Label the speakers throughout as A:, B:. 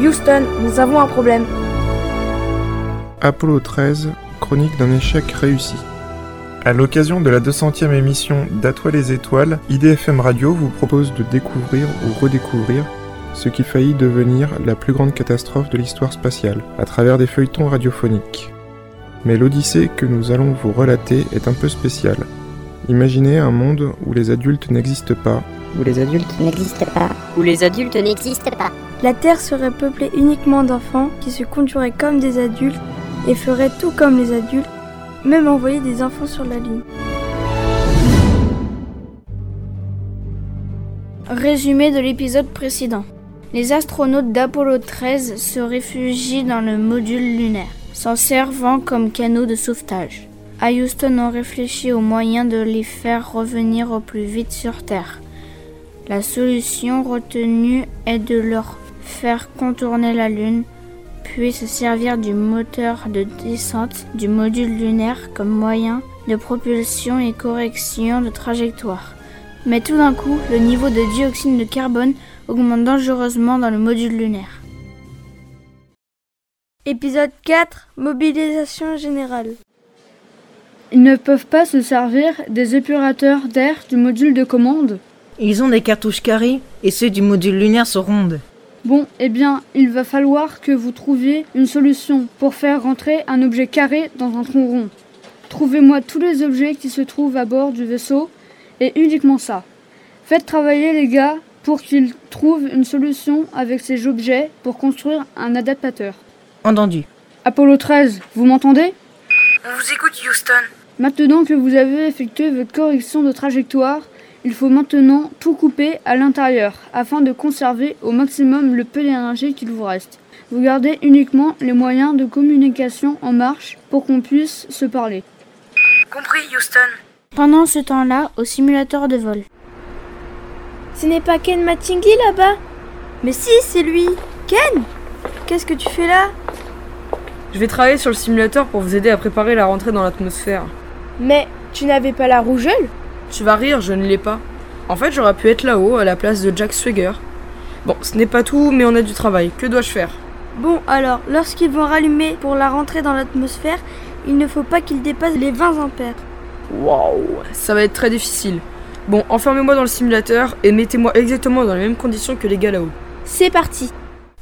A: Houston, nous avons un problème.
B: Apollo 13, chronique d'un échec réussi. À l'occasion de la 200e émission d'Atoile les étoiles, IDFM Radio vous propose de découvrir ou redécouvrir ce qui faillit devenir la plus grande catastrophe de l'histoire spatiale, à travers des feuilletons radiophoniques. Mais l'odyssée que nous allons vous relater est un peu spéciale. Imaginez un monde où les adultes n'existent pas,
C: où les adultes
D: n'existe pas,
C: où les adultes
D: n'existe pas.
A: La Terre serait peuplée uniquement d'enfants qui se conduiraient comme des adultes et feraient tout comme les adultes, même envoyer des enfants sur la Lune.
E: Résumé de l'épisode précédent. Les astronautes d'Apollo 13 se réfugient dans le module lunaire, s'en servant comme canot de sauvetage. À Houston, on réfléchit aux moyens de les faire revenir au plus vite sur Terre. La solution retenue est de leur faire contourner la Lune, puis se servir du moteur de descente du module lunaire comme moyen de propulsion et correction de trajectoire. Mais tout d'un coup, le niveau de dioxyde de carbone augmente dangereusement dans le module lunaire.
A: Épisode 4, mobilisation générale.
F: Ils ne peuvent pas se servir des épurateurs d'air du module de commande.
G: Ils ont des cartouches carrées et ceux du module lunaire sont rondes.
F: Bon, eh bien, il va falloir que vous trouviez une solution pour faire rentrer un objet carré dans un tronc rond. Trouvez-moi tous les objets qui se trouvent à bord du vaisseau et uniquement ça. Faites travailler les gars pour qu'ils trouvent une solution avec ces objets pour construire un adaptateur.
G: Entendu.
F: Apollo 13, vous m'entendez
H: On vous écoute, Houston.
F: Maintenant que vous avez effectué votre correction de trajectoire, il faut maintenant tout couper à l'intérieur afin de conserver au maximum le peu d'énergie qu'il vous reste. Vous gardez uniquement les moyens de communication en marche pour qu'on puisse se parler.
H: Compris, Houston.
E: Pendant ce temps-là, au simulateur de vol.
A: Ce n'est pas Ken Mattingly là-bas Mais si, c'est lui Ken Qu'est-ce que tu fais là
I: Je vais travailler sur le simulateur pour vous aider à préparer la rentrée dans l'atmosphère.
A: Mais tu n'avais pas la rougeole
I: Tu vas rire, je ne l'ai pas. En fait, j'aurais pu être là-haut à la place de Jack Swagger. Bon, ce n'est pas tout, mais on a du travail. Que dois-je faire
A: Bon, alors, lorsqu'ils vont rallumer pour la rentrée dans l'atmosphère, il ne faut pas qu'ils dépassent les 20 ampères.
I: Waouh Ça va être très difficile. Bon, enfermez-moi dans le simulateur et mettez-moi exactement dans les mêmes conditions que les gars là-haut.
A: C'est parti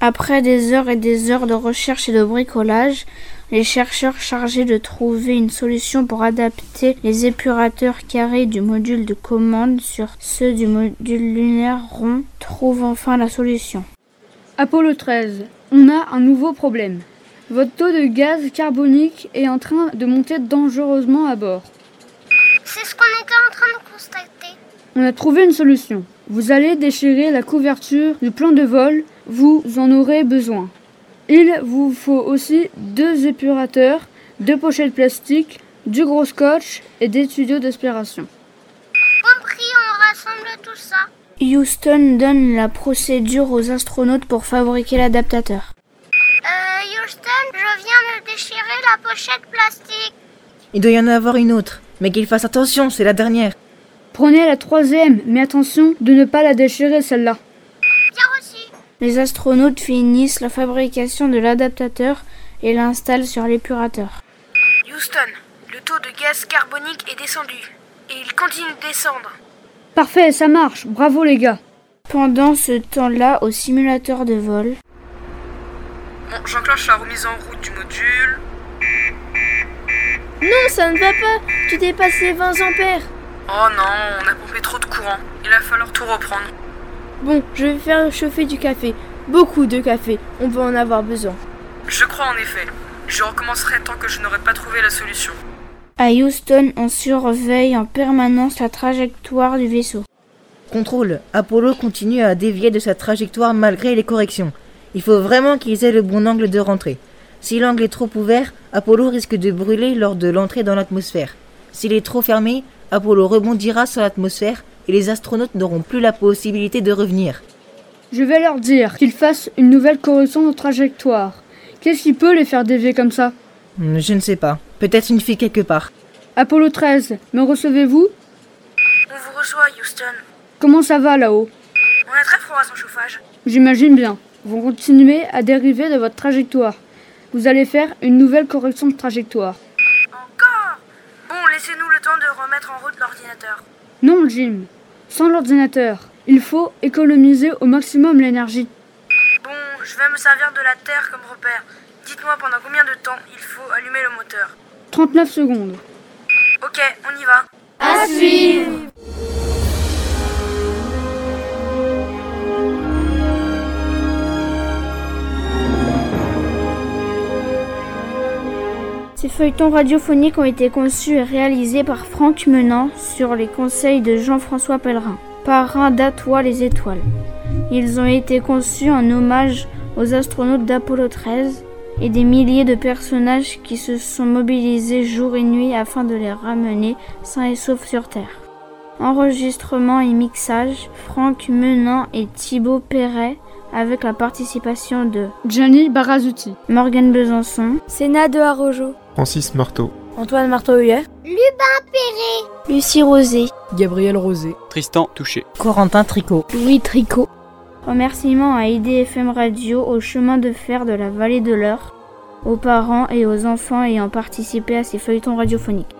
E: Après des heures et des heures de recherche et de bricolage, les chercheurs chargés de trouver une solution pour adapter les épurateurs carrés du module de commande sur ceux du module lunaire rond trouvent enfin la solution.
F: Apollo 13, on a un nouveau problème. Votre taux de gaz carbonique est en train de monter dangereusement à bord.
D: C'est ce qu'on était en train de constater.
F: On a trouvé une solution. Vous allez déchirer la couverture du plan de vol, vous en aurez besoin. Il vous faut aussi deux épurateurs, deux pochettes plastiques, du gros scotch et des tuyaux d'aspiration.
D: Compris, on rassemble tout ça.
E: Houston donne la procédure aux astronautes pour fabriquer l'adaptateur.
D: Euh, Houston, je viens de déchirer la pochette plastique.
G: Il doit y en avoir une autre, mais qu'il fasse attention, c'est la dernière.
F: Prenez la troisième, mais attention de ne pas la déchirer celle-là.
D: Bien reçu.
E: Les astronautes finissent la fabrication de l'adaptateur et l'installent sur l'épurateur.
H: Houston, le taux de gaz carbonique est descendu. Et il continue de descendre.
F: Parfait, ça marche, bravo les gars.
E: Pendant ce temps-là, au simulateur de vol,
I: Bon, j'enclenche la remise en route du module.
A: Non, ça ne va pas Tu dépasses les 20 ampères
I: Oh non, on a pompé trop de courant. Il va falloir tout reprendre.
A: Bon, je vais faire chauffer du café. Beaucoup de café, on va en avoir besoin.
I: Je crois en effet. Je recommencerai tant que je n'aurai pas trouvé la solution.
E: à Houston, on surveille en permanence la trajectoire du vaisseau.
G: Contrôle, Apollo continue à dévier de sa trajectoire malgré les corrections. Il faut vraiment qu'ils aient le bon angle de rentrée. Si l'angle est trop ouvert, Apollo risque de brûler lors de l'entrée dans l'atmosphère. S'il est trop fermé, Apollo rebondira sur l'atmosphère et les astronautes n'auront plus la possibilité de revenir.
F: Je vais leur dire qu'ils fassent une nouvelle correction de trajectoire. Qu'est-ce qui peut les faire dévier comme ça
G: Hmm, Je ne sais pas. Peut-être une fille quelque part.
F: Apollo 13, me recevez-vous
H: On vous reçoit, Houston.
F: Comment ça va là-haut
H: On a très froid sans chauffage.
F: J'imagine bien. Vous continuez à dériver de votre trajectoire. Vous allez faire une nouvelle correction de trajectoire.
H: Encore Bon, laissez-nous le temps de remettre en route l'ordinateur.
F: Non, Jim. Sans l'ordinateur, il faut économiser au maximum l'énergie.
H: Bon, je vais me servir de la Terre comme repère. Dites-moi pendant combien de temps il faut allumer le moteur.
F: 39 secondes.
H: Ok, on y va.
E: À suivre Ces feuilletons radiophoniques ont été conçus et réalisés par Franck Menant sur les conseils de Jean-François Pellerin, parrain d'Atois les Étoiles. Ils ont été conçus en hommage aux astronautes d'Apollo 13 et des milliers de personnages qui se sont mobilisés jour et nuit afin de les ramener sains et saufs sur Terre. Enregistrement et mixage, Franck Menant et Thibaut Perret avec la participation de
F: Gianni Barazuti.
E: Morgan Besançon,
A: Sénat de Harojo,
B: Francis Marteau,
G: Antoine Marteau-Huyer,
E: Lucie Rosé,
I: Gabriel Rosé.
C: Tristan touché.
G: Corentin Tricot,
E: Louis Tricot. Remerciements à IDFM Radio au chemin de fer de la vallée de l'Eure, aux parents et aux enfants ayant participé à ces feuilletons radiophoniques.